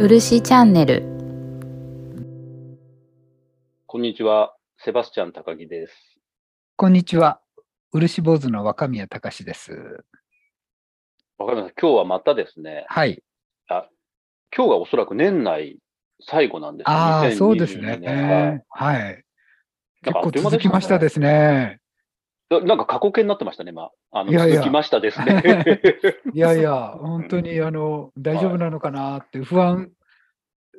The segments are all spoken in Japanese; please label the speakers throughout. Speaker 1: 漆チャンネル
Speaker 2: こんにちは、セバスチャン高木です。
Speaker 3: こんにちは。漆坊主の若宮隆です。
Speaker 2: わかりました。今日はまたですね、
Speaker 3: はい。
Speaker 2: 今日がおそらく年内最後なんですよ
Speaker 3: ああ、
Speaker 2: 2022
Speaker 3: そうです
Speaker 2: 年
Speaker 3: ね。はい。
Speaker 2: なん
Speaker 3: 結
Speaker 2: かあ
Speaker 3: 構
Speaker 2: っという間でした
Speaker 3: 続
Speaker 2: ね
Speaker 3: きましたですね。
Speaker 2: はいななんか過去形になってましたね、今。あの
Speaker 3: いやいや
Speaker 2: 続きましたです ね。
Speaker 3: いや いや、本当にあの大丈夫なのかなって不安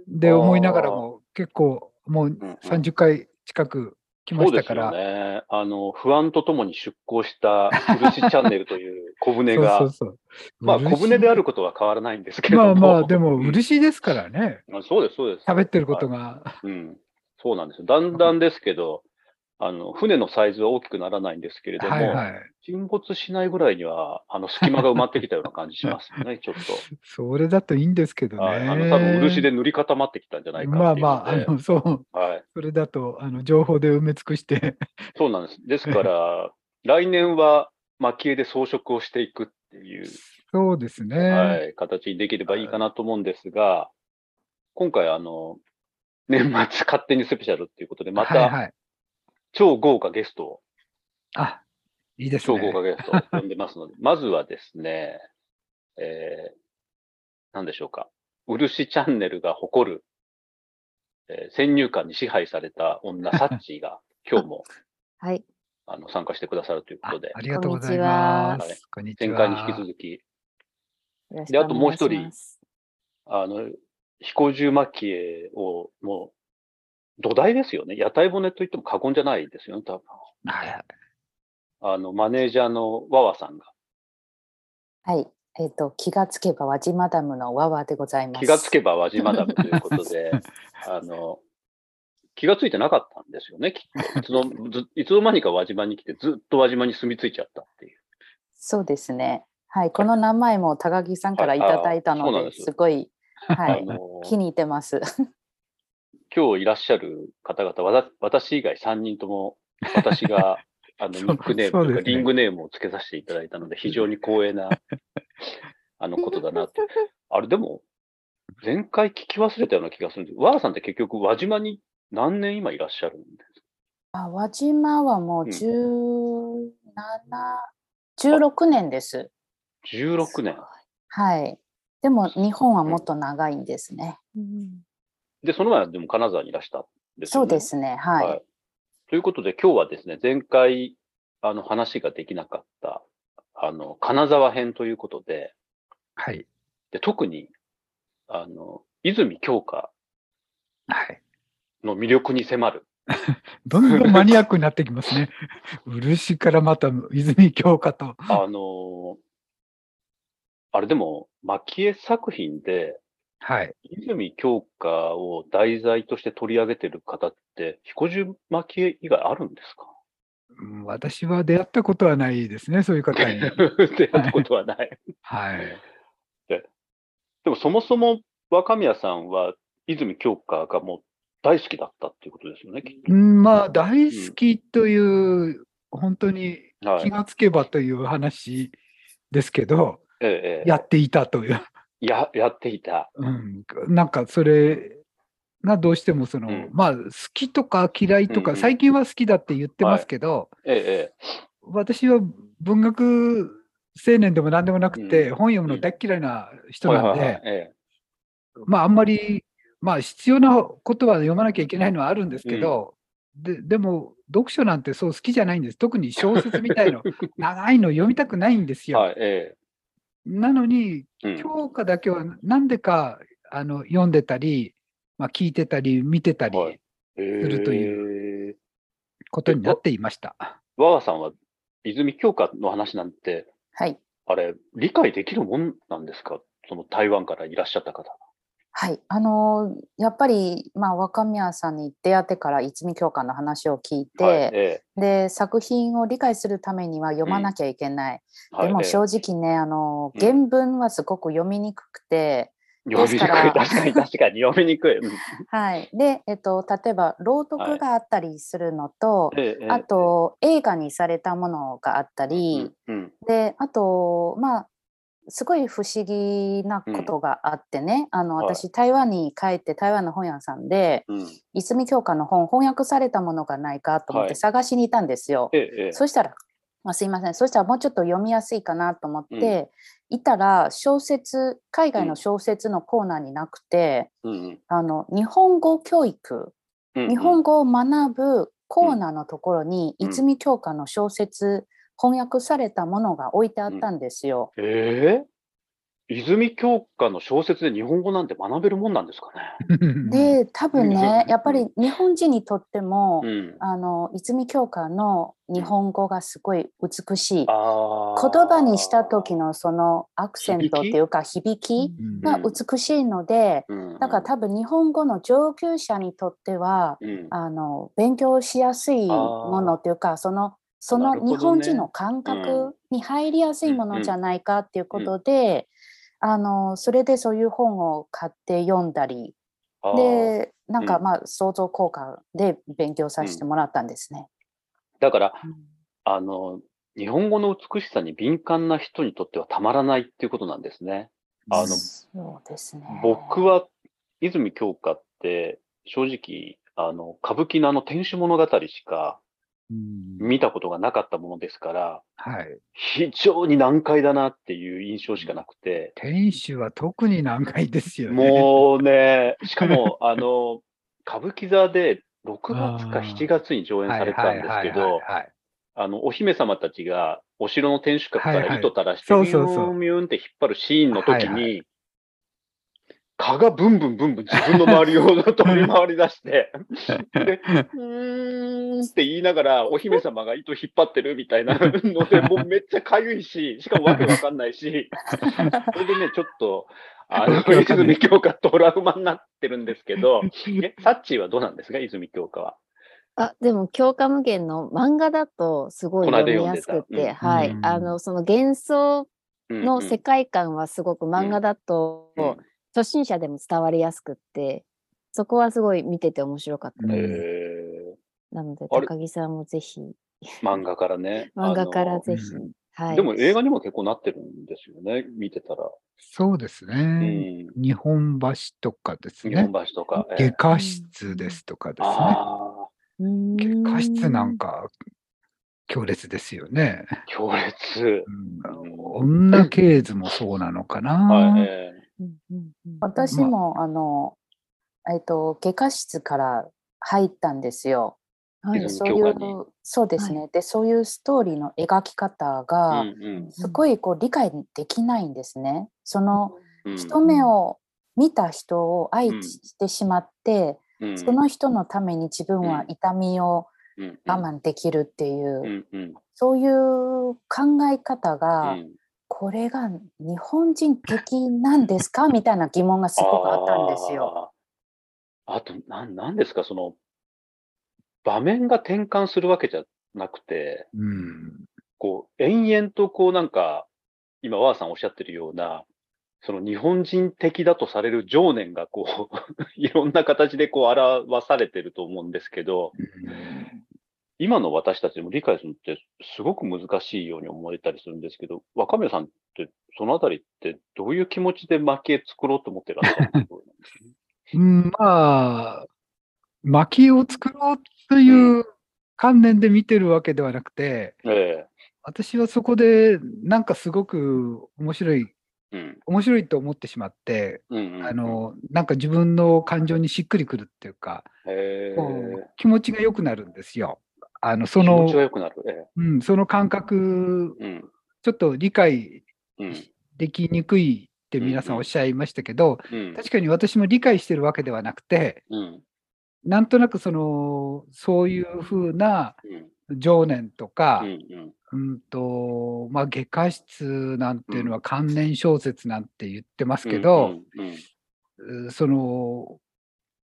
Speaker 3: で思いながらも、結構もう
Speaker 2: うんうん
Speaker 3: 30回近く来ま
Speaker 2: そう
Speaker 3: し
Speaker 2: で
Speaker 3: た
Speaker 2: す
Speaker 3: か
Speaker 2: よ
Speaker 3: ら。
Speaker 2: ね。あの、不安とともに出航した漆チャンネルという小
Speaker 3: そ
Speaker 2: 舟
Speaker 3: う
Speaker 2: が、
Speaker 3: そうそう。
Speaker 2: まあ小舟であることは変わらないんですけれども。
Speaker 3: まあまあ、でも漆ですからね。
Speaker 2: あそうです、そうです。
Speaker 3: 喋ってること
Speaker 2: は
Speaker 3: が。
Speaker 2: い。うん。そうなんですよ。だんだんですけど、あの、船のサイズは大きくならないんですけれども、
Speaker 3: はいはい。
Speaker 2: 沈没しないぐらいには、あの、隙間が埋まってきたような感じします ね、ちょっと。
Speaker 3: それだといいんですけど
Speaker 2: はい。
Speaker 3: ね。
Speaker 2: あの、多分漆で塗り固まってきたんじゃないかな
Speaker 3: まあまあ、あ
Speaker 2: っていうの
Speaker 3: のそう。
Speaker 2: ではい。
Speaker 3: それだとあの情報で埋め尽くして、
Speaker 2: そうなんです。ですから、 来年は蒔絵で装飾をしていくっていう、
Speaker 3: そうですね。
Speaker 2: はい、形にできればいいかなと思うんですが、今回、あの、年末勝手にスペシャルっていうことで、ま
Speaker 3: はい
Speaker 2: た
Speaker 3: はい、
Speaker 2: 超豪華ゲストを、
Speaker 3: あいいです
Speaker 2: 超
Speaker 3: ね
Speaker 2: 豪。華ゲストを呼んでますので、 まずはですね、えー、なんでしょうか。漆チャンネルが誇る、えー先入観に支配された女、サッチー が、今日も
Speaker 1: はい
Speaker 2: あの参加してくださるというこ
Speaker 3: あ
Speaker 2: とで
Speaker 3: あ、りがとうございます。こんにち
Speaker 2: 前
Speaker 3: は。
Speaker 2: 回に引き続き、
Speaker 1: よろし
Speaker 2: で
Speaker 1: くお願いします
Speaker 2: あともう一人あの、彦十蒔絵を、もう、土台ですよね。屋台骨と言っても過言じゃないですよね、多分。
Speaker 3: はいはい
Speaker 2: あの、マネージャーのわわさんが、
Speaker 1: はいえっ、と気がつけば和ジマダムのわわでございます
Speaker 2: 気がつけば輪島ダムということ で、あの、気がついてなかったんですよね、きっと。いつの、ずいつの間にか輪島に来て、ずっと輪島に住み着いちゃったっていう。
Speaker 1: そうですねはいこの名前も高木さんからいただいたので,、
Speaker 2: はいあーそうなんです
Speaker 1: すごいは
Speaker 2: あ
Speaker 1: い
Speaker 2: の、
Speaker 1: 気に入ってます
Speaker 2: 今日いらっしゃる方々、わた私以外3人とも、私 が、あの、ニ
Speaker 3: そう
Speaker 2: ックネームと
Speaker 3: そう
Speaker 2: い
Speaker 3: で
Speaker 2: うか、
Speaker 3: すね
Speaker 2: リングネームをつけさせていただいたので、非常に光栄 な、あの、ことだなって。あれ、でも、前回聞き忘れたような気がするんですけど、わらさんって結局、輪島に何年今いらっしゃるんですか
Speaker 1: あ輪島はもう
Speaker 2: うん
Speaker 1: 17、16年です。
Speaker 2: ?16 年。
Speaker 1: はい。でも日本はもっと長いんですね。
Speaker 2: で、その前はでも金沢にいらしたんです
Speaker 1: そ
Speaker 2: よ
Speaker 1: う
Speaker 2: ね
Speaker 1: で。すね。はい。
Speaker 2: はいということで、今日はですね、前回、あの、話ができなかった、あの、金沢編ということで、
Speaker 3: はい
Speaker 2: で特に、あの、泉京香
Speaker 3: はい。
Speaker 2: の魅力に迫る。
Speaker 3: どんどんマニアックになってきますね。 漆からまた泉京香と。
Speaker 2: あの、あれでも、蒔絵作品で、
Speaker 3: はい。
Speaker 2: 泉京香を題材として取り上げてる方って、彦十蒔絵以外あるんですか
Speaker 3: うん私は出会ったことはないですね、そういう方
Speaker 2: っ
Speaker 3: に。
Speaker 2: てやったことはない。
Speaker 3: はい。
Speaker 2: でもそもそも若宮さんは泉京香がもう大好きだったっていうことですよね、きっ
Speaker 3: うんまあ、大好きという、本当に
Speaker 2: と。は
Speaker 3: 気
Speaker 2: い。
Speaker 3: がつけばという話ですけど、
Speaker 2: ええええ
Speaker 3: やっていたという。
Speaker 2: ややっていた。
Speaker 3: うん、なんかそれがどうしてもその、
Speaker 2: うん
Speaker 3: まあ好きとか嫌いと
Speaker 2: うん
Speaker 3: か、
Speaker 2: うん
Speaker 3: 最近は好きだって言ってますけど、
Speaker 2: ええ
Speaker 3: 私は文学青年でも何でもなくて、
Speaker 2: う
Speaker 3: 本読むの大っ嫌いな人なんで、
Speaker 2: はいはいはいえ
Speaker 3: まああんまりまあ必要なことは読まなきゃいけないのはあるんですけど、ででも読書なんてそう好きじゃないんです特に小説み たいの長いの読みたくないんです
Speaker 2: え
Speaker 3: よ。
Speaker 2: はい、え
Speaker 3: なのに
Speaker 2: えうん
Speaker 3: 教科だけはなんでかあの読んでたり、まあ、聞いてたり見てた
Speaker 2: はい
Speaker 3: りると
Speaker 2: いう。
Speaker 3: ことになっていました。
Speaker 2: 和和さんは泉京香の話なんて、
Speaker 1: はい。
Speaker 2: あれ、理解できるもんなんですかその台湾からいらっしゃった方。
Speaker 1: はい。あのーやっぱり、まあ、若宮さんに出会ってから泉教官の話を聞いて、
Speaker 2: はい、え
Speaker 1: で、作品を理解するためには読まなきゃいけない。
Speaker 2: えはい
Speaker 1: でも
Speaker 2: ええ
Speaker 1: 正直ね、あのー
Speaker 2: う
Speaker 1: 原
Speaker 2: ん
Speaker 1: 文はすごく読みにくくて、
Speaker 2: 読みにくい。
Speaker 1: ですから
Speaker 2: 確かに、確かに、読みにくい。うん
Speaker 1: はい、で、えっと、例えば朗
Speaker 2: はい
Speaker 1: 読があったりするのと、
Speaker 2: ええええ
Speaker 1: あと映画にされたものがあったり、
Speaker 2: うん、うん
Speaker 1: であとまあすごい不思議なことがあってね、あの
Speaker 2: はい
Speaker 1: 私、台湾に帰って台湾の本屋さんで
Speaker 2: うん。
Speaker 1: 泉鏡花の本翻訳されたものがないかと思っ
Speaker 2: は
Speaker 1: て
Speaker 2: い
Speaker 1: 探しに行ったんですよ。
Speaker 2: ええ、ええ。
Speaker 1: そしたらあすいませんそしたらもうちょっと読みやすいかなと思って、いたら小説海外の小説のコーナーになくて、
Speaker 2: うんうん
Speaker 1: あの日本語教育
Speaker 2: うんうん
Speaker 1: 日本語を学ぶコーナーのところに、
Speaker 2: うん
Speaker 1: 泉鏡花の小説翻訳されたものが置いてあったんですよ。
Speaker 2: ええ泉鏡花の小説で日本語なんて学べるもんなんですかね。
Speaker 1: で多分ね、
Speaker 2: うん
Speaker 1: やっぱり日本人にとっても、
Speaker 2: うん。
Speaker 1: あの泉鏡花の日本語がすごい美しい、
Speaker 2: ああ。
Speaker 1: 言葉にした時のそのアクセントっていうか響き
Speaker 3: うん
Speaker 1: が美しいので、
Speaker 2: うんうん、
Speaker 1: だから多分日本語の上級者にとっては、
Speaker 2: うん、
Speaker 1: あの勉強しやすいものっていうかそのそ
Speaker 2: な
Speaker 1: の
Speaker 2: るほどね
Speaker 1: 日本人の感
Speaker 2: う
Speaker 1: 覚に入りやすいものじゃないかっていうことで、あのそれでそういう本を買って読んだり
Speaker 2: あー
Speaker 1: でなんか
Speaker 2: うん
Speaker 1: まあ相乗効果で勉強させてもらったんですね。
Speaker 2: だから、
Speaker 1: うん
Speaker 2: あの、日本語の美しさに敏感な人にとってはたまらないっていうことなんですね。あの
Speaker 1: そうですね
Speaker 2: 僕は、泉鏡花って、正直、あの、歌舞伎のあの天守物語しか
Speaker 3: うん
Speaker 2: 見たことがなかったものですから、
Speaker 3: はい。
Speaker 2: 非常に難解だなっていう印象しかなくて、
Speaker 3: 天守は特に難解ですよね。
Speaker 2: もうね、しか も、あの、歌舞伎座で6月か
Speaker 3: あー
Speaker 2: 7月に上演されたんですけ
Speaker 3: はいはいはい
Speaker 2: ど、
Speaker 3: はいはい
Speaker 2: あの、お姫様たちがお城の天守閣か
Speaker 3: はい
Speaker 2: ら
Speaker 3: はい
Speaker 2: 糸垂らして、ミ
Speaker 3: そ
Speaker 2: ュ
Speaker 3: うそうそう
Speaker 2: ーンミューンって引っ張るシーンの時
Speaker 3: はい
Speaker 2: に、蚊がブンブンブンブン自分の周りを 飛び回り出して、で、うーんって言いながら、お姫様が糸引っ張ってるみたいなので、もうめっちゃかゆいし、しかもわけわかんないし、それでね、ちょっと、あの、泉鏡花トラウマになってるんですけど、え、サッチーはどうなんですか、泉鏡花は。
Speaker 4: あでも教科無限の漫画だとすごい
Speaker 2: この間
Speaker 4: 読みやすく
Speaker 2: 読んで
Speaker 4: て、
Speaker 2: た
Speaker 4: は
Speaker 3: う
Speaker 4: い
Speaker 3: ん
Speaker 4: あのその幻想
Speaker 2: うんうん
Speaker 4: の世界観はすごく漫画だと、
Speaker 2: うん
Speaker 4: 初心者でも伝わりやすくってそこはすごい見てて面白かった
Speaker 3: うん
Speaker 4: です、
Speaker 2: え
Speaker 4: なので
Speaker 2: あれ
Speaker 4: 高木さんもぜひ
Speaker 2: ー漫画からね。
Speaker 4: 漫画か
Speaker 2: あ
Speaker 4: ら
Speaker 2: の
Speaker 4: ぜひ、
Speaker 3: うん
Speaker 4: はい
Speaker 2: でも映画にも結構なってるんですよね、見てたら。
Speaker 3: そうです
Speaker 2: う
Speaker 3: ね。
Speaker 2: ん、
Speaker 3: 日本橋とかです
Speaker 2: 日
Speaker 3: ね
Speaker 2: 本。橋とか。ええ
Speaker 3: 外科室ですとかですね。
Speaker 2: あ
Speaker 3: 外科室なん
Speaker 4: か
Speaker 3: か強烈ですよね。
Speaker 2: あ、強烈。
Speaker 3: うん、女系図もそうなのかな。
Speaker 2: はい、え
Speaker 1: 私も、あのえっ、と外科室から入ったですよ。
Speaker 4: はい
Speaker 2: うん
Speaker 1: そうい
Speaker 2: 教科に
Speaker 1: うそうですね、でそういうストーリーの描き方
Speaker 2: え
Speaker 1: が
Speaker 2: うんうん
Speaker 1: すごいこう理解できないんですね。その
Speaker 2: うん
Speaker 1: 一目を見た人を愛してしまって、
Speaker 2: うん
Speaker 1: その人のために自分は痛みを
Speaker 2: うん
Speaker 1: 我慢できるっていう、
Speaker 2: うんうん
Speaker 1: そういう考え方
Speaker 2: う
Speaker 1: が、
Speaker 2: ん
Speaker 1: これが日本人的なんですかみたいな疑問がすごくあったんですよ。
Speaker 2: あー。あと、なんなんですか、その、場面が転換するわけじゃなくて、
Speaker 3: うん。
Speaker 2: こう、延々とこうなんか、今、ワーさんおっしゃってるような、その日本人的だとされる情念がこう、 いろんな形でこう表されてると思うんですけど、今の私たちも理解するのってすごく難しいように思えたりするんですけど、若宮さんってそのあたりってどういう気持ちで負け作ろうと思ってらっしゃるんですか
Speaker 3: うん、まあ、巻きを作ろうという観念で見てるわけではなくて、
Speaker 2: え
Speaker 3: 私はそこでなんかすごく面白い、
Speaker 2: えうん。
Speaker 3: 面白いと思ってしまって、
Speaker 2: うんうん、
Speaker 3: あ、の、なんか自分の感情にしっくりくるっていうか、
Speaker 2: ええ
Speaker 3: こう気持ちが良くなるんですよ。あの、そ
Speaker 2: 気
Speaker 3: の
Speaker 2: 持ち、が良くなる。え
Speaker 3: うん、その感覚、
Speaker 2: えうん。
Speaker 3: ちょっと理解
Speaker 2: うん。
Speaker 3: できにくいって皆さんおっしゃいましたけど、
Speaker 2: うん。
Speaker 3: 確かに私も理解してるわけではなくて、
Speaker 2: うん。
Speaker 3: なんとなくその、そういうふうな
Speaker 2: うん。
Speaker 3: 情念とか
Speaker 2: う、ん。
Speaker 3: うんと、まあ、外科室なんていうのは関連小説なんて言ってますけ
Speaker 2: う
Speaker 3: ど、
Speaker 2: ん、うんうん
Speaker 3: うその、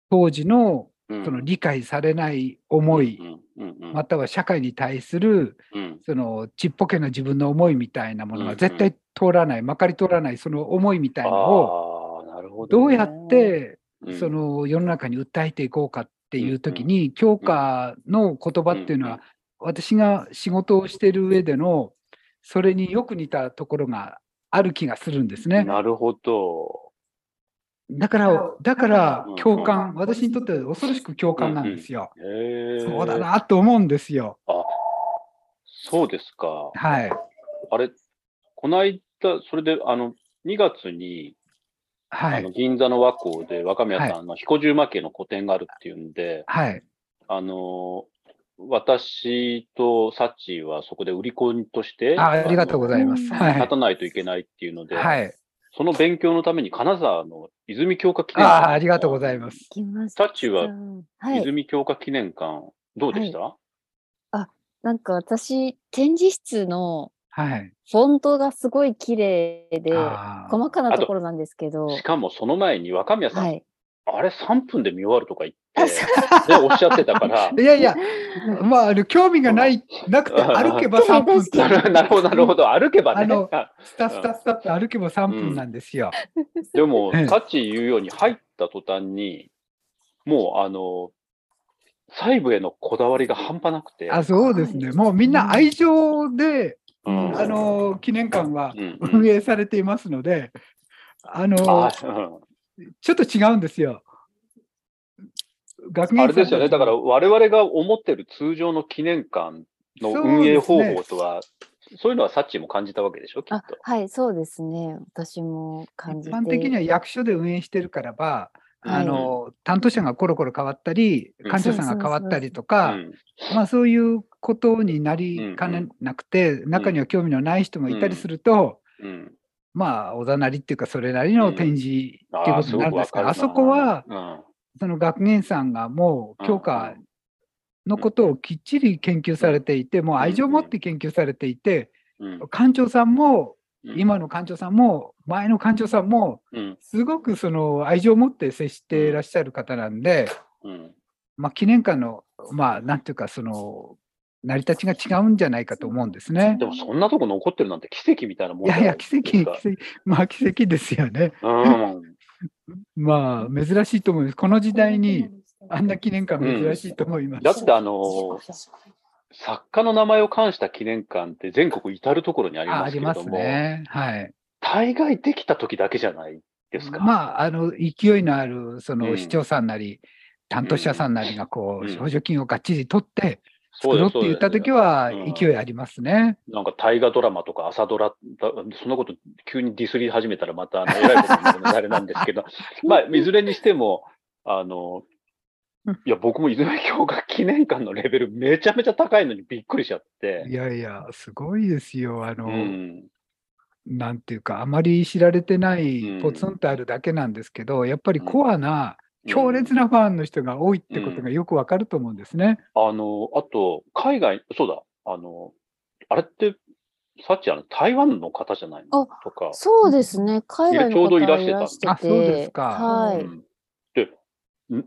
Speaker 3: 当時の
Speaker 2: うん
Speaker 3: その理解されない思い、
Speaker 2: うんうんうん
Speaker 3: または社会に対する、
Speaker 2: うん
Speaker 3: そのちっぽけな自分の思いみたいなもの
Speaker 2: うんう
Speaker 3: が
Speaker 2: ん
Speaker 3: 絶対通らない、まかり通らない、その思いみたいなのを、
Speaker 2: あーなるほど
Speaker 3: どう
Speaker 2: ね
Speaker 3: やって
Speaker 2: うん
Speaker 3: その世の中に訴えていこうかっていう時
Speaker 2: うん
Speaker 3: に、教科の言葉っていうの
Speaker 2: うん
Speaker 3: は、私が仕事をしている上での、それによく似たところがある気がするんですね。
Speaker 2: なるほど。
Speaker 3: だから、だから
Speaker 2: うん
Speaker 3: 共感、私にとっては恐ろしく共感なんですよ。
Speaker 2: へー
Speaker 3: そうだ。なと思うんですよ。
Speaker 2: あ、そうですか。
Speaker 3: はい。
Speaker 2: あれ、この間、それで、あの、2月に、
Speaker 3: は
Speaker 2: あの
Speaker 3: い。
Speaker 2: 銀座の和光で若宮さんの彦十魔家の個展があるっていうんで、
Speaker 3: はい。
Speaker 2: あの、私とサチはそこで売り子として、
Speaker 3: あありがとうございます。
Speaker 4: うん
Speaker 3: はい
Speaker 2: 立。たないといけないっていうので、
Speaker 3: はい。
Speaker 2: その勉強のために金沢の泉教科記
Speaker 3: あ
Speaker 2: 念
Speaker 3: あ、ありがとうご
Speaker 2: い
Speaker 3: ざいます。
Speaker 4: きまし
Speaker 2: タ
Speaker 4: た。
Speaker 2: ッチは
Speaker 4: はい。
Speaker 2: 泉教科記念館、どうでした、
Speaker 4: なんか私、展示室の
Speaker 3: はい。
Speaker 4: フォントがすごい綺麗で、
Speaker 3: あー
Speaker 4: 細かなところなんですけど、
Speaker 2: しかもその前に若宮さん、
Speaker 4: はい。
Speaker 2: あれ3分で見終わるとか言
Speaker 4: あ
Speaker 2: って、でおっしゃってた から、
Speaker 3: いやいや、まあ、あの興味がない、なくて歩けば3 分
Speaker 4: 確か
Speaker 2: なるなるほど、なるほど、歩けば
Speaker 3: あ
Speaker 2: ね
Speaker 3: の。スタスタスタって歩けば3分なんですよ。
Speaker 2: でも
Speaker 3: ええ、
Speaker 2: タッチ言うように入った途端に、もうあの、細部へのこだわりが半端なくて。
Speaker 3: あそうですね、
Speaker 4: はい
Speaker 3: もうみんな愛情で、
Speaker 2: うん
Speaker 3: あの記念館は
Speaker 2: うんうん
Speaker 3: 運営されていますので、あの
Speaker 2: あうん
Speaker 3: ちょっと違うんですよ。学
Speaker 2: あれ
Speaker 3: 芸祭
Speaker 2: ですよね、だから我々が思ってる通常の記念館の運営方法とは、そう,、いうのはサッチも感じたわけでしょ、きっ
Speaker 4: あ
Speaker 2: と。
Speaker 4: はい、そうですね。私も感じて。
Speaker 3: 一般的には役所で運営してるからば、
Speaker 4: はい
Speaker 3: あの担当者がコロコロ変わったり
Speaker 2: うん、
Speaker 3: 患者さんが変わったりと
Speaker 2: う
Speaker 3: か、
Speaker 2: ん
Speaker 3: まあ、そういうことになりか
Speaker 2: う
Speaker 3: ね
Speaker 2: ん
Speaker 3: なくて、中には興味のない人もいたりすると、
Speaker 2: うん、
Speaker 3: まあおざなりっていうかそれなりの展示っていう
Speaker 2: あ
Speaker 3: こ
Speaker 2: あ
Speaker 3: と
Speaker 2: す
Speaker 3: に
Speaker 2: ごく
Speaker 3: なるんで
Speaker 2: わ
Speaker 3: す
Speaker 2: か
Speaker 3: か
Speaker 2: る
Speaker 3: ら
Speaker 2: な
Speaker 3: あそこは
Speaker 2: うん
Speaker 3: その学芸さんがもう教科のことをきっちり研究されていて、もう愛情を持って研究されていて、
Speaker 2: うん
Speaker 3: 館長さんも
Speaker 2: うん
Speaker 3: 今の館長さんも前の館長さんも
Speaker 2: うん
Speaker 3: すごくその愛情を持って接していらっしゃる方なんで、
Speaker 2: うん
Speaker 3: まあ、記念館のまあなんていうかその成り立ちが違うんじゃないかと思うんですね
Speaker 2: で。もそんなとこ残ってるなんて奇跡みたいなもん
Speaker 3: い
Speaker 2: じゃ
Speaker 3: や
Speaker 2: ない
Speaker 3: や奇跡
Speaker 2: です
Speaker 3: 奇
Speaker 2: か
Speaker 3: 跡まあ奇跡ですよね。
Speaker 2: うん
Speaker 3: まあ珍しいと思います。この時代にあんな記念館珍しいと思います。
Speaker 2: だってあの、作家の名前を冠した記念館って全国至るところにあり
Speaker 3: あ
Speaker 2: ま
Speaker 3: あ
Speaker 2: すけ
Speaker 3: り
Speaker 2: れ
Speaker 3: ま
Speaker 2: ど
Speaker 3: す
Speaker 2: も、
Speaker 3: ね。はい。
Speaker 2: 大概できた時だけじゃないですか。
Speaker 3: まああの勢いのあるそうの
Speaker 2: ん
Speaker 3: 市長さんなり、担当者さんなりがこ
Speaker 2: う
Speaker 3: うん補助金をがっちり取って
Speaker 2: そう
Speaker 3: 作
Speaker 2: で
Speaker 3: ろうっ
Speaker 2: すそ
Speaker 3: て
Speaker 2: うで
Speaker 3: 言
Speaker 2: す
Speaker 3: った時は
Speaker 2: うん
Speaker 3: 勢いありますね。
Speaker 2: なんか大河ドラマとか朝ドラ、だそのこと急にディスり始めたらまたあの偉いことになるのであれなんですけど、まあ、いずれにしても、あの、いや、僕も泉教が記念館のレベルめちゃめちゃ高いのにびっくりしちゃって
Speaker 3: い、やいやすごいですよあの、
Speaker 2: うん、
Speaker 3: なんていうかあまり知られてな
Speaker 2: う
Speaker 3: い
Speaker 2: ん
Speaker 3: ポツンとあるだけなんですけど、やっぱり
Speaker 2: うん
Speaker 3: コアな強烈なファンの人が多いってことがよくわかると思うんですね。
Speaker 2: あの、あと、海外、そうだ、あの、あれって、さっきあの、台湾の方じゃないの
Speaker 4: あ
Speaker 2: とか、
Speaker 4: そうですね。海外
Speaker 2: ちょう
Speaker 4: の方
Speaker 2: どい
Speaker 4: い
Speaker 2: ら
Speaker 4: ら
Speaker 2: し
Speaker 4: してて
Speaker 2: た
Speaker 4: て。
Speaker 3: あそうですか
Speaker 4: は
Speaker 2: う
Speaker 4: い。
Speaker 2: んで、ん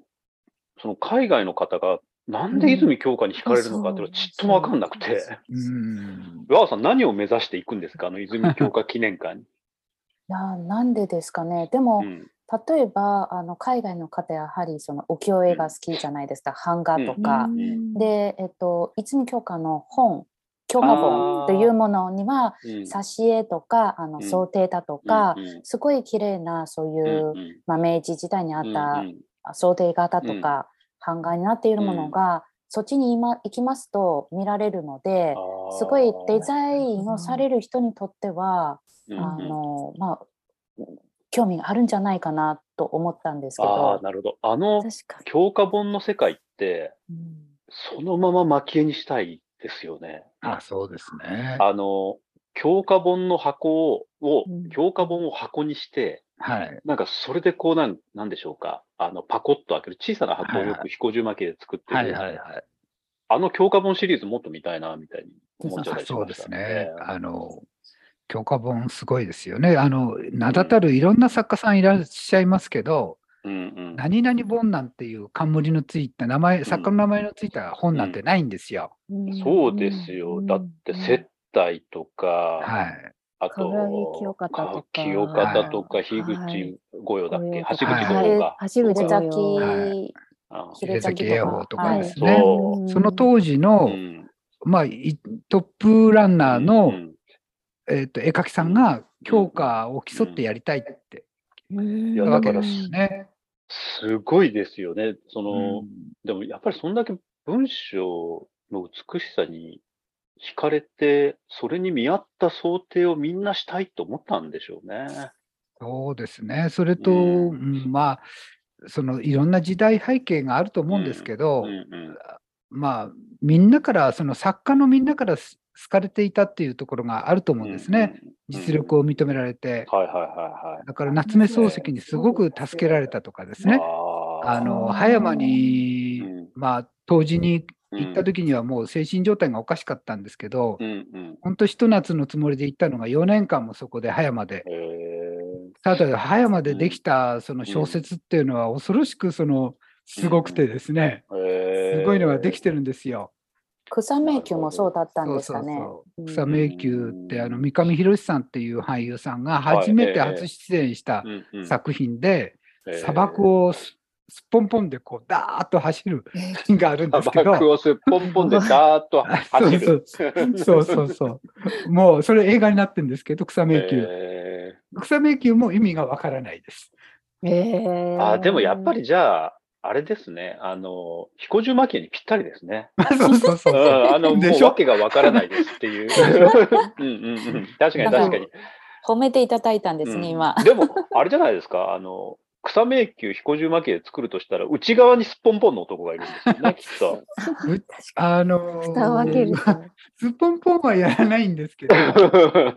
Speaker 2: その海外の方が、なんで泉教科に惹かれるのかっていうのはちっともわかんなくて。
Speaker 3: うん
Speaker 2: ラワさん、何を目指していくんですか、あの泉教科記念館に。
Speaker 1: いやーなんでですかねでも、
Speaker 2: うん
Speaker 1: 例えばあの海外の方やはりその浮世絵が好きじゃないですか、版画とか、で、えっと、泉鏡花の本教科本というものには
Speaker 2: うん
Speaker 1: 挿絵とかあ
Speaker 2: う
Speaker 1: の
Speaker 2: ん
Speaker 1: 想定だとか、
Speaker 2: うん
Speaker 1: すごい綺麗なそう
Speaker 2: う
Speaker 1: い
Speaker 2: ん
Speaker 1: う、
Speaker 2: うん
Speaker 1: まあ、明治時代にあっ
Speaker 2: うん
Speaker 1: た
Speaker 2: うん
Speaker 1: 想定型とか版画になっているものが、そっちに今行きますと見られるので。すごいデザインをされる人にとっては、
Speaker 2: うんうん
Speaker 1: あのまあ興味があるんじゃないかなと思ったんですけ
Speaker 2: あ
Speaker 1: ど
Speaker 2: ー、なるほど。あの
Speaker 4: 確かに。
Speaker 2: 教科本の世界って、
Speaker 1: うん
Speaker 2: そのまま蒔絵にしたいですよね。
Speaker 3: あそうですね。
Speaker 2: あの教科本の箱を、
Speaker 4: うん
Speaker 2: 教科本を箱にして、
Speaker 3: はい。
Speaker 2: なんかそれでこうなん、なんでしょうか、あのパコッと開ける小さな箱をよく彦十巻で作ってる、
Speaker 3: はいはいはい。
Speaker 2: あの教科本シリーズもっと見たいな、みたいに思っちゃったりし
Speaker 3: そう
Speaker 2: ま
Speaker 3: で
Speaker 2: した
Speaker 3: す
Speaker 2: ね。
Speaker 3: ね。あの教科本すごいですよね。あの名だたるいろんな作家さんいらっしゃいますけど、
Speaker 2: うん
Speaker 3: 何々本なんていう冠のついた名前、作家の名前のついた本なんてないんですよ。
Speaker 2: うん、そうですよ。だって接待とか、
Speaker 3: はい。
Speaker 2: あ
Speaker 4: 冠
Speaker 2: と、
Speaker 4: 城方とか
Speaker 2: 清方とか、樋口御用だっけ、橋口御用か。
Speaker 4: 橋
Speaker 1: 入
Speaker 4: 口
Speaker 1: れ
Speaker 4: 御
Speaker 1: 咲
Speaker 4: 用。
Speaker 1: き
Speaker 2: あ
Speaker 1: 入
Speaker 3: 入
Speaker 1: れ
Speaker 3: 崎
Speaker 1: 咲き
Speaker 3: 英
Speaker 1: と
Speaker 3: 宝
Speaker 1: か
Speaker 3: とかです
Speaker 2: そう
Speaker 3: ね。
Speaker 4: うん
Speaker 3: その当時の、
Speaker 2: うん
Speaker 3: まあ、いトップランナーの、
Speaker 2: うん
Speaker 3: えっと絵描きさんが強化を競ってやりたいって
Speaker 4: い
Speaker 2: や
Speaker 3: わけ
Speaker 2: だから
Speaker 3: ですね。
Speaker 2: すごいですよね。その、
Speaker 3: うん
Speaker 2: でもやっぱりそんだけ文章の美しさに惹かれて、それに見合った想定をみんなしたいと思ったんでしょうね。
Speaker 3: そうですね。それと、
Speaker 2: う
Speaker 3: うんんまあ、そのいろんな時代背景があると思うんですけ
Speaker 2: う
Speaker 3: ど、
Speaker 2: んうん
Speaker 3: まあ、みんなから、その作家のみんなからす好かれていたっていうところがあると思うんですね。。実力を認められて。
Speaker 2: はいはいはいはい。
Speaker 3: だから夏目漱石にすごく助けられたとかですね。
Speaker 2: あ
Speaker 3: あ
Speaker 2: ー
Speaker 3: の、葉山
Speaker 2: う
Speaker 3: に、
Speaker 2: ん
Speaker 3: まあ、当時に行った
Speaker 2: 時
Speaker 3: 時にはもう精神状態がおかしかったんですけど、
Speaker 2: うんうん。
Speaker 3: 本当ひと夏のつもりで行ったのが4年間もそこで葉山で
Speaker 2: えー
Speaker 3: ただ葉山でできたその小説っていうのは恐ろしくそのすごくてですね、
Speaker 2: えー
Speaker 3: すごいのができてるんですよ。
Speaker 1: 草迷宮もそうだったんですかね。
Speaker 3: そうそうそう
Speaker 1: うん
Speaker 3: 草迷宮ってあの三上博さんっていう俳優さんが
Speaker 2: はい
Speaker 3: 初め
Speaker 2: ええ
Speaker 3: て初出演した
Speaker 2: うんうん
Speaker 3: 作品で
Speaker 2: えー
Speaker 3: 砂漠をすすっぽんぽんでこうダーッと走るシーンがあるんですけ
Speaker 2: 砂
Speaker 3: ど。
Speaker 2: 漠をすっぽんぽんでダーッと走
Speaker 3: そ
Speaker 2: る
Speaker 3: う。そうそうそう。もうそれ映画になってるんですけど、草迷宮。
Speaker 2: え
Speaker 3: 草迷宮も意味がわからない です。
Speaker 2: ー
Speaker 4: え
Speaker 2: あーでもやっぱ
Speaker 4: り。
Speaker 2: りじゃあ、あれですね、あの、彦十魔家にぴったりですね。、
Speaker 3: そうそうそううんそう。
Speaker 2: あの、
Speaker 3: で
Speaker 2: もう
Speaker 3: しょ
Speaker 2: 訳がわからないですっていう。うんうんうん、確かに確かに。
Speaker 1: 褒めていただいたんですね、
Speaker 2: うん
Speaker 1: 今。
Speaker 2: でも、あれじゃないですか、あの、草迷宮彦十魔家で作るとしたら、内側にすっぽんぽんの男がいるんですよ ね、きっと。
Speaker 3: あのー
Speaker 4: 蓋を開けると。
Speaker 3: すっぽんぽんはやらないんですけ ど、あちょっ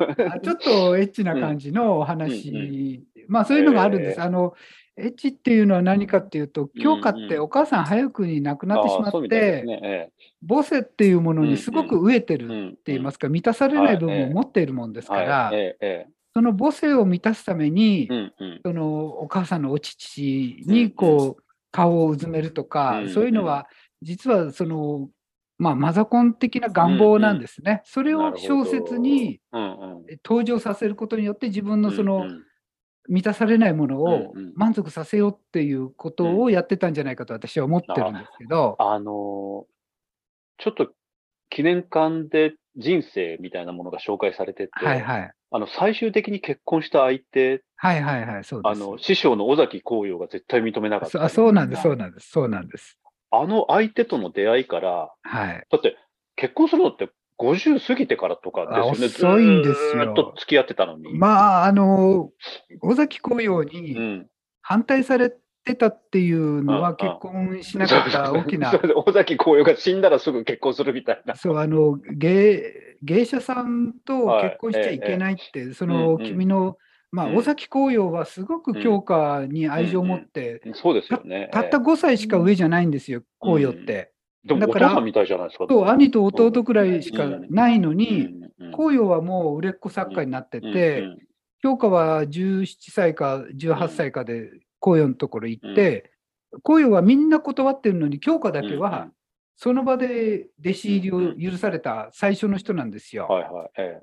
Speaker 3: とエッチな感じのお話、
Speaker 2: うんうん
Speaker 3: まあそういうのがあるんです。
Speaker 2: え
Speaker 3: あのエッチっていうのは何かっていうと、京花ってお母さん早くに亡くなってしま
Speaker 2: あーそう
Speaker 3: っ
Speaker 2: みたいで
Speaker 3: て、
Speaker 2: すねえ
Speaker 3: 母性っていうものにすごく飢えてる
Speaker 2: え
Speaker 3: っ
Speaker 2: う
Speaker 3: て
Speaker 2: ん
Speaker 3: 言いますか、満たされない部分を持っているもんですか
Speaker 2: は
Speaker 3: ら
Speaker 2: い、えええ
Speaker 3: その母性を満たすために
Speaker 2: え、うんうん
Speaker 3: そのお母さんのお乳
Speaker 2: うん
Speaker 3: にこう顔をうずめるとか、
Speaker 2: うん
Speaker 3: そういうのは実はその、まあ、マザコン的な願望なんですね。それ
Speaker 2: な
Speaker 3: を
Speaker 2: るほど
Speaker 3: 小説に
Speaker 2: うんうん
Speaker 3: 登場させることによって自分のそ
Speaker 2: うんう
Speaker 3: の
Speaker 2: ん
Speaker 3: 満たされないものを
Speaker 2: うんうん
Speaker 3: 満足させようっていうことをやってたんじゃないかと私は思ってるんですけど、
Speaker 2: あのーちょっと記念館で人生みたいなものが紹介されてて、
Speaker 3: はいはい。
Speaker 2: あの最終的に結婚した相手、
Speaker 3: はいはいはい、そうで
Speaker 2: あ
Speaker 3: す。
Speaker 2: の師匠の尾崎紅葉が絶対認めなかっ
Speaker 3: そ
Speaker 2: た。
Speaker 3: あそうなんです、そうなんです、そうなんです。
Speaker 2: あの相手との出会いから、
Speaker 3: はい。
Speaker 2: だって結婚するのって50過ぎてからとかですよね。
Speaker 3: あ遅いんですよ
Speaker 2: ずーっと付き合ってたのに。
Speaker 3: まあ、あの、尾崎紅葉に、
Speaker 2: うん、
Speaker 3: 反対されてたっていう
Speaker 2: う
Speaker 3: の
Speaker 2: んう
Speaker 3: は
Speaker 2: ん
Speaker 3: 結婚しなかった大き な
Speaker 2: そうそう尾崎紅葉が死んだらすぐ結婚するみたいな。
Speaker 3: そうあの芸芸者さんと
Speaker 2: はい
Speaker 3: 結婚しちゃいけないって、そ
Speaker 2: うんう
Speaker 3: の、
Speaker 2: ん
Speaker 3: 君の、まあ、
Speaker 2: うん
Speaker 3: 尾崎紅葉はすごく京花に愛情を持って、
Speaker 2: そうですよね。
Speaker 3: たった
Speaker 2: え
Speaker 3: 5歳しか上じゃないんですよ、紅葉って。
Speaker 2: えでもお父
Speaker 3: だから
Speaker 2: さんみたいじゃないですか。
Speaker 3: と兄と弟くらいしかないのに、
Speaker 2: うんうん
Speaker 3: 紅葉はもう売れっ子作家になって
Speaker 2: う
Speaker 3: て、
Speaker 2: んうん
Speaker 3: 京花は17歳か18歳かで紅葉のところ行って、紅葉はみんな断ってるのに京花だけ
Speaker 2: うんうん
Speaker 3: はその場で弟子入りを許された最初の人なんですよ。
Speaker 2: はいはい、ええ。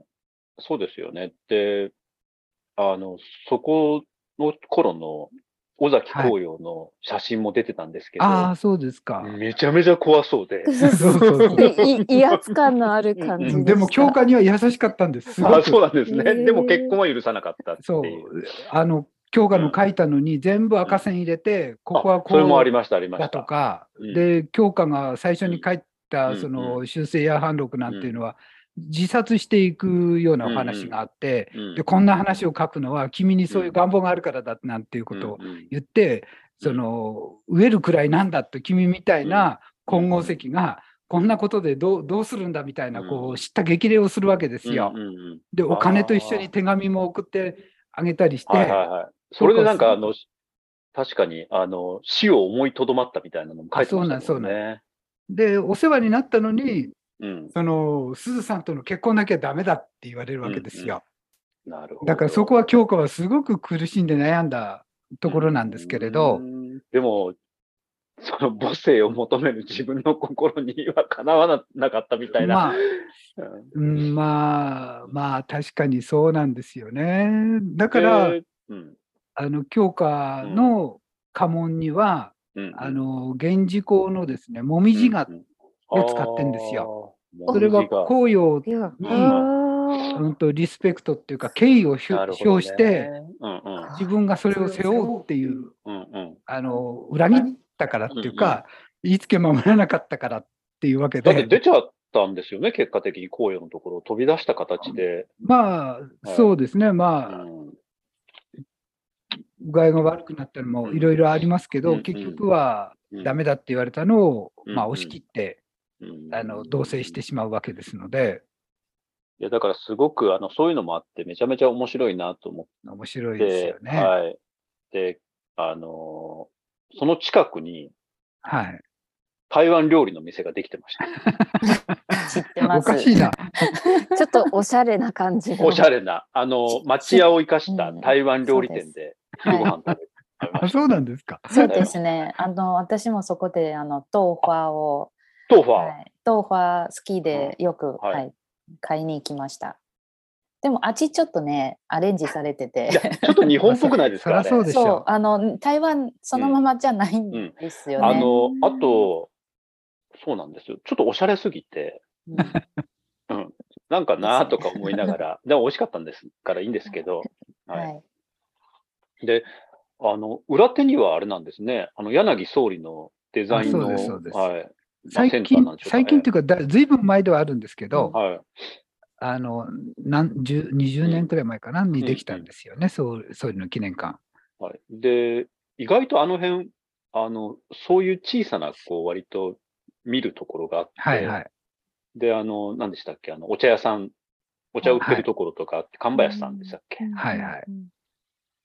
Speaker 2: そうですよね。で、あの、そこの頃の尾崎紅葉の写真も出てたんですけど、
Speaker 3: ああそうですか。
Speaker 2: めちゃめちゃ怖そうで。
Speaker 4: そうそう
Speaker 3: そうそう
Speaker 4: で い威圧感のある感じ
Speaker 2: う
Speaker 4: で
Speaker 2: ん
Speaker 4: した。
Speaker 3: でも京花には優しかったんです。すご
Speaker 2: あそう
Speaker 3: く
Speaker 2: なんです
Speaker 4: え
Speaker 2: ね。
Speaker 4: え
Speaker 2: でも結婚は許さなかったってい
Speaker 3: そう
Speaker 2: う。
Speaker 3: あの京花の書いたのに全部赤線入れてここは
Speaker 2: あそれもあり
Speaker 3: こ
Speaker 2: ました、あり
Speaker 3: う
Speaker 2: ま
Speaker 3: だ
Speaker 2: し
Speaker 3: と
Speaker 2: た。
Speaker 3: か
Speaker 2: うん
Speaker 3: で京花が最初に書い
Speaker 2: うん
Speaker 3: たその修正や反録なんていうのは自殺していくようなお話があって。
Speaker 2: うん
Speaker 3: でこんな話を書くのは君にそういう願望があるからだなんていうことを
Speaker 2: うんうん
Speaker 3: 言って、
Speaker 2: うん
Speaker 3: その飢えるくらいなんだと君みたいな金剛石がこんなことでどうどうするんだみたいな
Speaker 2: うん
Speaker 3: こう知った激励をするわけですよ。
Speaker 2: うんうんうん
Speaker 3: でお金と一緒
Speaker 2: あー
Speaker 3: に手紙も送ってあげたりして、
Speaker 2: はいはいはい。それでなんか、あの、確かに、あの、死を思いとどまったみたいなのも書いてました
Speaker 3: そう
Speaker 2: もん
Speaker 3: なん
Speaker 2: ね。
Speaker 3: でお世話になったのに
Speaker 2: うん。
Speaker 3: そのすずさんとの結婚なきゃダメだって言われるわけですよ。
Speaker 2: なるほど。
Speaker 3: だからそこは京子はすごく苦しんで悩んだところなんですけれど。
Speaker 2: うん。でも、その母性を求める自分の心にはかなわなかったみたいな。
Speaker 3: まあ
Speaker 2: うん
Speaker 3: うん、まあまあ確かにそうなんですよね。だから、
Speaker 2: でうん
Speaker 3: あの教科の家紋には、
Speaker 2: うんうん
Speaker 3: あの源氏公のですねもみじが、
Speaker 2: うん
Speaker 3: を使ってんですよ。
Speaker 2: あー
Speaker 3: それは
Speaker 2: 紅葉が
Speaker 3: 紅葉
Speaker 4: いや
Speaker 3: に
Speaker 4: あ
Speaker 3: 本当リスペクトっていうか敬意をひゅ
Speaker 2: なるほどね
Speaker 3: 表して、
Speaker 2: うんうん
Speaker 3: 自分がそれを背負うっていう
Speaker 2: うんうん。
Speaker 3: あの裏切ったからっていうか、言いつけ守らなかったからっていうわけ
Speaker 2: だって出
Speaker 3: で
Speaker 2: ちゃったんですよね、結果的に紅葉のところ、飛び出した形で。
Speaker 3: まあそうですね
Speaker 2: う
Speaker 3: まあ
Speaker 2: ん
Speaker 3: 具合が悪くなったのもいろいろありますけ
Speaker 2: うんう
Speaker 3: ど
Speaker 2: ん
Speaker 3: 結局は
Speaker 2: うん
Speaker 3: ダメだって言われたのを
Speaker 2: うん
Speaker 3: まあ押し切って
Speaker 2: うん
Speaker 3: あの同棲してしまうわけですので
Speaker 2: いや、だからすごく、あの、そういうのもあって、めちゃめちゃ面白いなと思
Speaker 3: 面白
Speaker 2: っ
Speaker 3: い
Speaker 2: て、
Speaker 3: ですよね。
Speaker 2: はい。で、あのーその近くに
Speaker 3: はい、
Speaker 2: 台湾料理の店ができてました。
Speaker 1: 知ってま
Speaker 3: お
Speaker 1: す。
Speaker 3: かしいな。
Speaker 4: ちょっとおしゃれな感じの。
Speaker 2: おしゃれな、あの、町屋を生かした台湾料理店で
Speaker 1: うん
Speaker 2: 昼ご飯食べて食べま
Speaker 3: あ
Speaker 2: した。
Speaker 3: そうなんですか。
Speaker 1: そうですね。あの私もそこであの豆花を、
Speaker 2: 豆腐は、
Speaker 1: はい、豆花好きでよく、
Speaker 2: はい
Speaker 1: はい、買いに行きました。でも味ちょっとねアレンジされて
Speaker 2: いや、
Speaker 1: て、
Speaker 2: ちょっと日本っぽくないですか
Speaker 3: ま
Speaker 2: あ
Speaker 3: あ
Speaker 2: れ
Speaker 3: そりゃそうでしょ
Speaker 1: そうあの台湾そのままじゃないんですよね。
Speaker 2: あの、あと、そうなんですよ。ちょっとおしゃれすぎて、
Speaker 1: うん
Speaker 2: なんかなーとか思いなが ら、でも美味しかったんですからいいんですけど、
Speaker 1: は。
Speaker 2: はいい。で、あの、裏手にはあれなんですね、あの、柳総理のデザインの、
Speaker 3: あそう
Speaker 2: は
Speaker 3: ですそうです
Speaker 2: い。まあ
Speaker 3: 最
Speaker 2: センター
Speaker 3: 近
Speaker 2: なんでしょうかね
Speaker 3: 最近というかだずいぶん前ではあるんですけど、
Speaker 2: はい。
Speaker 3: あの何十20年くらい前かな、にできたんですよね、総理総理の記念館。
Speaker 2: はい、で、意外とあの辺、あの、そういう小さな、こう、割と見るところがあって、
Speaker 3: はいはい。
Speaker 2: で、あの、何でしたっけ、あの、お茶屋さん、お茶売ってるところとかあって、神林さんでしたっけ、
Speaker 3: はいはい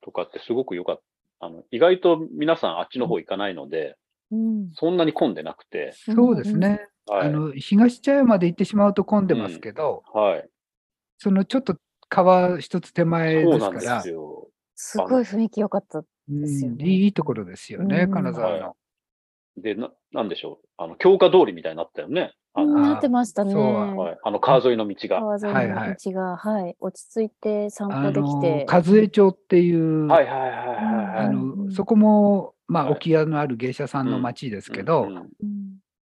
Speaker 2: とかってすごく良かった。あの、意外と皆さんあっちの方行かないので、
Speaker 4: うん。
Speaker 2: そんなに混んでなくて、
Speaker 3: そうですね、
Speaker 2: は
Speaker 3: あ
Speaker 2: い。
Speaker 3: の東茶屋まで行ってしまうと混んでますけど、
Speaker 2: はい。
Speaker 3: そのちょっと川一つ手前
Speaker 2: そう
Speaker 3: です
Speaker 2: なん
Speaker 3: か
Speaker 2: で
Speaker 3: ら、
Speaker 2: すよ。
Speaker 4: すごい雰囲気良かった。
Speaker 3: うん
Speaker 4: ですよね
Speaker 3: いいところですよね、
Speaker 4: うん
Speaker 3: 金沢の。
Speaker 2: で、な、なんでしょう。あの、強化通りみたいになったよね。あの、
Speaker 4: なってましたね。
Speaker 3: そう
Speaker 2: はい。あの、川沿いの道が。
Speaker 4: 川沿いの道が、はい、落ち着いて散
Speaker 3: あ
Speaker 4: 歩できて
Speaker 3: の。和江町っていう、
Speaker 2: はいはいはいはい
Speaker 3: あ
Speaker 2: はい。
Speaker 3: の
Speaker 4: うん
Speaker 3: そこも、ま
Speaker 2: は
Speaker 3: あ、
Speaker 2: い
Speaker 3: 沖屋のある芸者さんの町ですけ
Speaker 2: う
Speaker 3: ど、
Speaker 2: んうん
Speaker 4: うん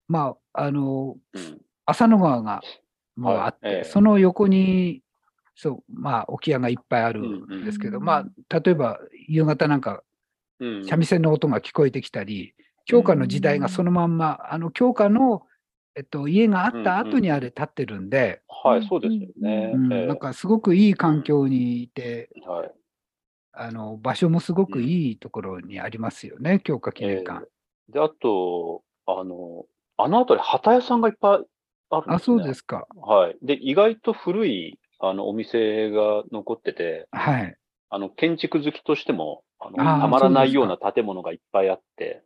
Speaker 3: まああの
Speaker 2: うん
Speaker 3: 浅野川がまあ
Speaker 2: はい
Speaker 3: あって、
Speaker 2: ええ
Speaker 3: その横にそう、まあ、置屋がいっぱいある
Speaker 2: うんうん
Speaker 3: んですけど、
Speaker 4: うん
Speaker 3: まあ、例えば夕方なんか
Speaker 2: うん
Speaker 3: 三味線の音が聞こえてきたり、京歌の時代がそのまんま、あの京歌の、えっと、家があった後にあれ建ってるんで、
Speaker 2: はい、そうですよね。
Speaker 3: うん
Speaker 2: ええ
Speaker 3: なんかすごくいい環境にいて、
Speaker 2: はい。
Speaker 3: あの場所もすごくいいところにありますよね、京歌記念館。
Speaker 2: で、あと、あの、あの辺り、旗屋さんがいっぱいあるんです、ね。
Speaker 3: あ、そうですか。
Speaker 2: はい。で、意外と古い、あの、お店が残ってて、
Speaker 3: はい。
Speaker 2: あの、建築好きとしても、あの、
Speaker 3: あー
Speaker 2: たまらないような建物がいっぱいあって、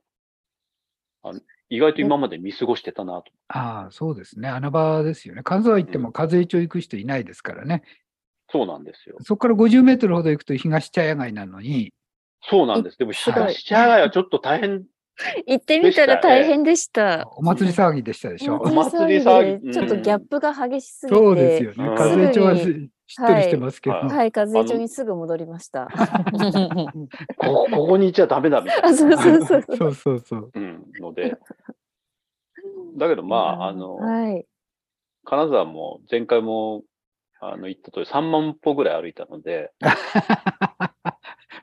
Speaker 2: あの意外と今まで見過ごしてたなと。
Speaker 3: ああ、そうですね。穴場ですよね。金沢行っても和江町行く人いないですからね。
Speaker 2: そうなんですよ。
Speaker 3: そこから50メートルほど行くと東茶屋街なのに、
Speaker 2: そうなんです。でも、
Speaker 4: すごい
Speaker 2: 東屋街はちょっと大変、
Speaker 4: 行ってみたら大変でした。
Speaker 3: お祭り騒ぎでしたでしょ
Speaker 2: お。祭り
Speaker 4: 騒
Speaker 2: 騒
Speaker 4: ぎ
Speaker 2: ぎ
Speaker 4: でちょっとギャップが激しすぎて。
Speaker 3: そうですよね。
Speaker 2: うん
Speaker 3: 和江町はし
Speaker 4: すぐ
Speaker 3: しっとりしてますけど。
Speaker 2: はい
Speaker 4: はい、和江町にすぐ戻りました。
Speaker 2: ここここにいちゃダメだみたいな。
Speaker 4: あ、そうそうそうそう。
Speaker 3: そうそうそう。
Speaker 2: うん、ので。だけど、まあ、あの、
Speaker 4: はい。
Speaker 2: 金沢も前回もあの言った通り3万歩ぐらい歩いたので、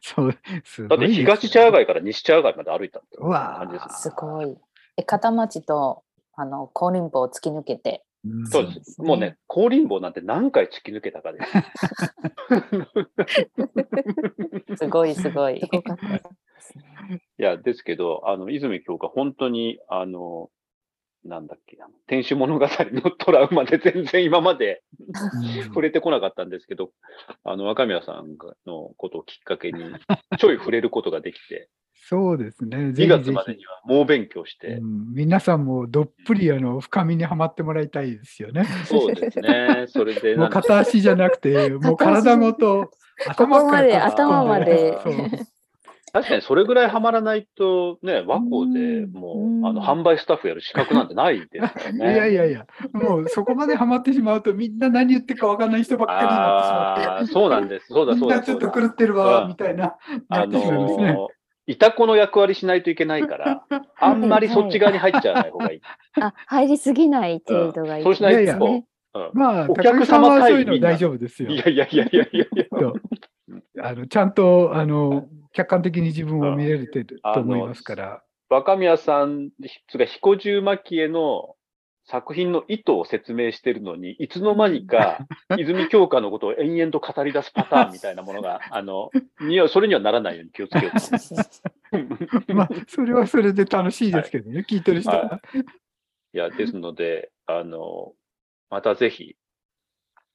Speaker 3: そう、す
Speaker 2: だ
Speaker 3: ご
Speaker 2: って
Speaker 3: いですよね
Speaker 2: 東茶屋街から西茶屋街まで歩いたって
Speaker 3: うわー
Speaker 2: 感じ
Speaker 1: すごい。え片町とあの高林坊を突き抜けて。
Speaker 3: うん
Speaker 2: そうです。
Speaker 4: すね
Speaker 2: もうね、高林坊なんて何回突き抜けたかです。
Speaker 1: すごいすごい
Speaker 4: す。ごかったですね。
Speaker 2: いや、ですけど、あの、泉教科、本当に、あの、なんだっけ、あの天守物語のトラウマで 全然今まで
Speaker 3: うん
Speaker 2: 触れてこなかったんですけど、あの、若宮さんのことをきっか けに、ちょい触れることができて、
Speaker 3: そうですね。
Speaker 2: 2
Speaker 3: ぜひ
Speaker 2: 月
Speaker 3: ぜ
Speaker 2: まで
Speaker 3: ひ
Speaker 2: に。は猛勉強して、
Speaker 3: うん皆さんもどっぷりあの深みにはまってもらいたいですよね。
Speaker 2: そうですね。それ で
Speaker 3: もう
Speaker 2: なんか、
Speaker 3: 片足じゃなくて、もう体ごと、頭
Speaker 4: ここ
Speaker 3: か
Speaker 4: ま
Speaker 3: ら
Speaker 4: で
Speaker 3: 突っ込ん
Speaker 2: 頭
Speaker 3: そう
Speaker 2: ま確かにそれぐらいはまらないと、ね、和光で
Speaker 4: うん
Speaker 2: も
Speaker 4: うん
Speaker 2: う、あの、販売スタッフやる資格なんてないですから
Speaker 3: い
Speaker 2: ね。
Speaker 3: やいやいや、もうそこまでハマってしまうと、みんな何言ってるか分かんない人ばっかりになってしま
Speaker 2: ああ、そうなんです。そう
Speaker 3: っ
Speaker 2: だ
Speaker 3: て、み
Speaker 2: そ
Speaker 3: ん
Speaker 2: う
Speaker 3: な
Speaker 2: だ
Speaker 3: ち
Speaker 2: そ
Speaker 3: ょっ
Speaker 2: う
Speaker 3: と
Speaker 2: だ。
Speaker 3: 狂ってるわ、
Speaker 2: うん
Speaker 3: みたいな、な
Speaker 2: あ
Speaker 3: ってしまいますね。
Speaker 2: のー、いたこの役割しないといけない から、あんまりそっち側に入っちゃわない方がいい。
Speaker 4: あ、入りすぎない程度がいい。
Speaker 2: そうしないい
Speaker 3: やいや
Speaker 2: と、うん
Speaker 3: まあ、
Speaker 2: お
Speaker 3: 高
Speaker 2: 客様
Speaker 3: 木さんは
Speaker 2: 対
Speaker 3: そういうの
Speaker 2: みんな
Speaker 3: 大丈夫ですよ
Speaker 2: い。やいやいやいやいやいや。
Speaker 3: そうあのちゃんとあの客観的に自分を見れてる
Speaker 2: あ
Speaker 3: と
Speaker 2: の
Speaker 3: 思いますから。
Speaker 2: 若宮さん、つうか彦十巻絵の作品の意図を説明してるのに、いつの間にか 泉鏡花のことを延々と語り出すパターンみたいなもの が、あの、にはそれにはならないように気をつけよう と思います。
Speaker 3: まあ、それはそれで楽しいですけどね、聞いてる人は。
Speaker 2: いや、ですので、あの、またぜひ、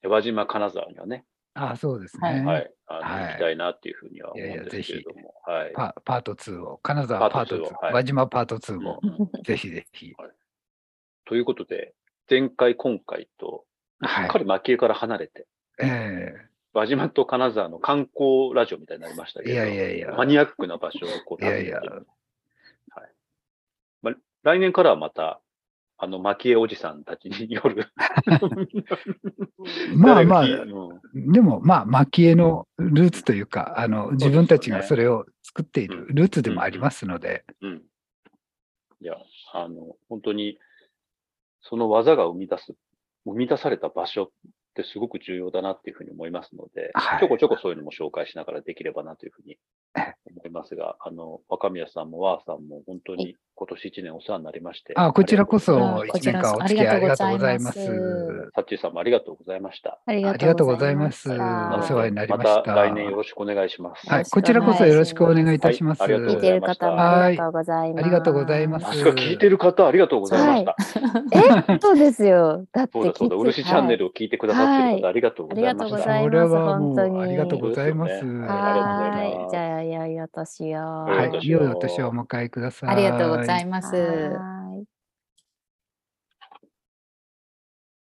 Speaker 2: 江和島金沢にはね、
Speaker 3: ああ、そうです
Speaker 1: は
Speaker 3: ね。
Speaker 2: はい、あの、
Speaker 3: はい
Speaker 2: 行きたいなっていうふうには思うんですけれども、はい。
Speaker 3: パパート2を、金沢パート2、
Speaker 2: パート2をはい
Speaker 3: 輪島パート2
Speaker 2: うん
Speaker 3: も、ぜひぜひ。
Speaker 2: ということで、前回、今回と、
Speaker 3: は
Speaker 2: すっ
Speaker 3: い
Speaker 2: か。り蒔絵から離れて、
Speaker 3: え
Speaker 2: 輪島と金沢の観光ラジオみたいになりました
Speaker 3: え
Speaker 2: け
Speaker 3: い
Speaker 2: ど、
Speaker 3: やいやいや。
Speaker 2: マニアックな場所をこう、
Speaker 3: いやい
Speaker 2: 旅
Speaker 3: や
Speaker 2: してるはいまあ、来年からはまた、あの、蒔絵おじさんたちによる。
Speaker 3: まあまあ
Speaker 2: 誰が聞いうん
Speaker 3: でも、まあ、蒔絵のルーツというか、あの自分たちがそれを作っているルーツでもありますので、
Speaker 2: うん。いや、あの、本当に、その技が生み出す、生み出された場所ってすごく重要だなっていうふうに思いますので、
Speaker 3: はい
Speaker 2: ちょこちょこそういうのも紹介しながらできればなというふうに思いますが、あの、若宮さんも和さんも本当に今年一年お世話になりまして。
Speaker 3: あこちらこそ
Speaker 1: あこ
Speaker 3: 1年
Speaker 1: ちら
Speaker 3: 間
Speaker 1: こ
Speaker 3: お
Speaker 1: そ
Speaker 3: 付き合いありがとうございま。
Speaker 1: ありがとうございます
Speaker 2: サッチーさんもありがとうございました。
Speaker 4: あり
Speaker 3: ありがとうございます。お
Speaker 4: あり
Speaker 3: 世
Speaker 4: がとうございました
Speaker 3: 話になりま
Speaker 2: ま
Speaker 3: したた。
Speaker 2: 来年よろしくお願いします。
Speaker 3: はい、こちらこそよろしくお願いいたします。
Speaker 2: はいありがと
Speaker 4: 聞い
Speaker 2: うござ
Speaker 4: て
Speaker 2: い
Speaker 4: る
Speaker 2: ました
Speaker 4: 方もありがとうございます。
Speaker 3: ありがとうございま
Speaker 2: あ
Speaker 3: す
Speaker 2: そうか聞いてる方、ありがとうございました。
Speaker 4: え、そうですよ。だって
Speaker 2: そうだそうだ、漆チャンネルを聞いてくださってる方、ありがとうござい
Speaker 4: あり
Speaker 2: ま
Speaker 4: がとうござい
Speaker 2: し
Speaker 4: ます
Speaker 2: た。
Speaker 3: それはも
Speaker 4: 本当
Speaker 3: う
Speaker 4: に
Speaker 3: ありがとうございま
Speaker 2: そうで
Speaker 3: す。
Speaker 2: すよね
Speaker 3: は
Speaker 2: ありがとうござ
Speaker 4: はい。じ
Speaker 2: います
Speaker 4: ゃあ、良いお年を。
Speaker 2: 良いお
Speaker 3: い、
Speaker 2: 年を
Speaker 3: いよいお年をお迎えください。
Speaker 1: ありがとうございます。
Speaker 4: は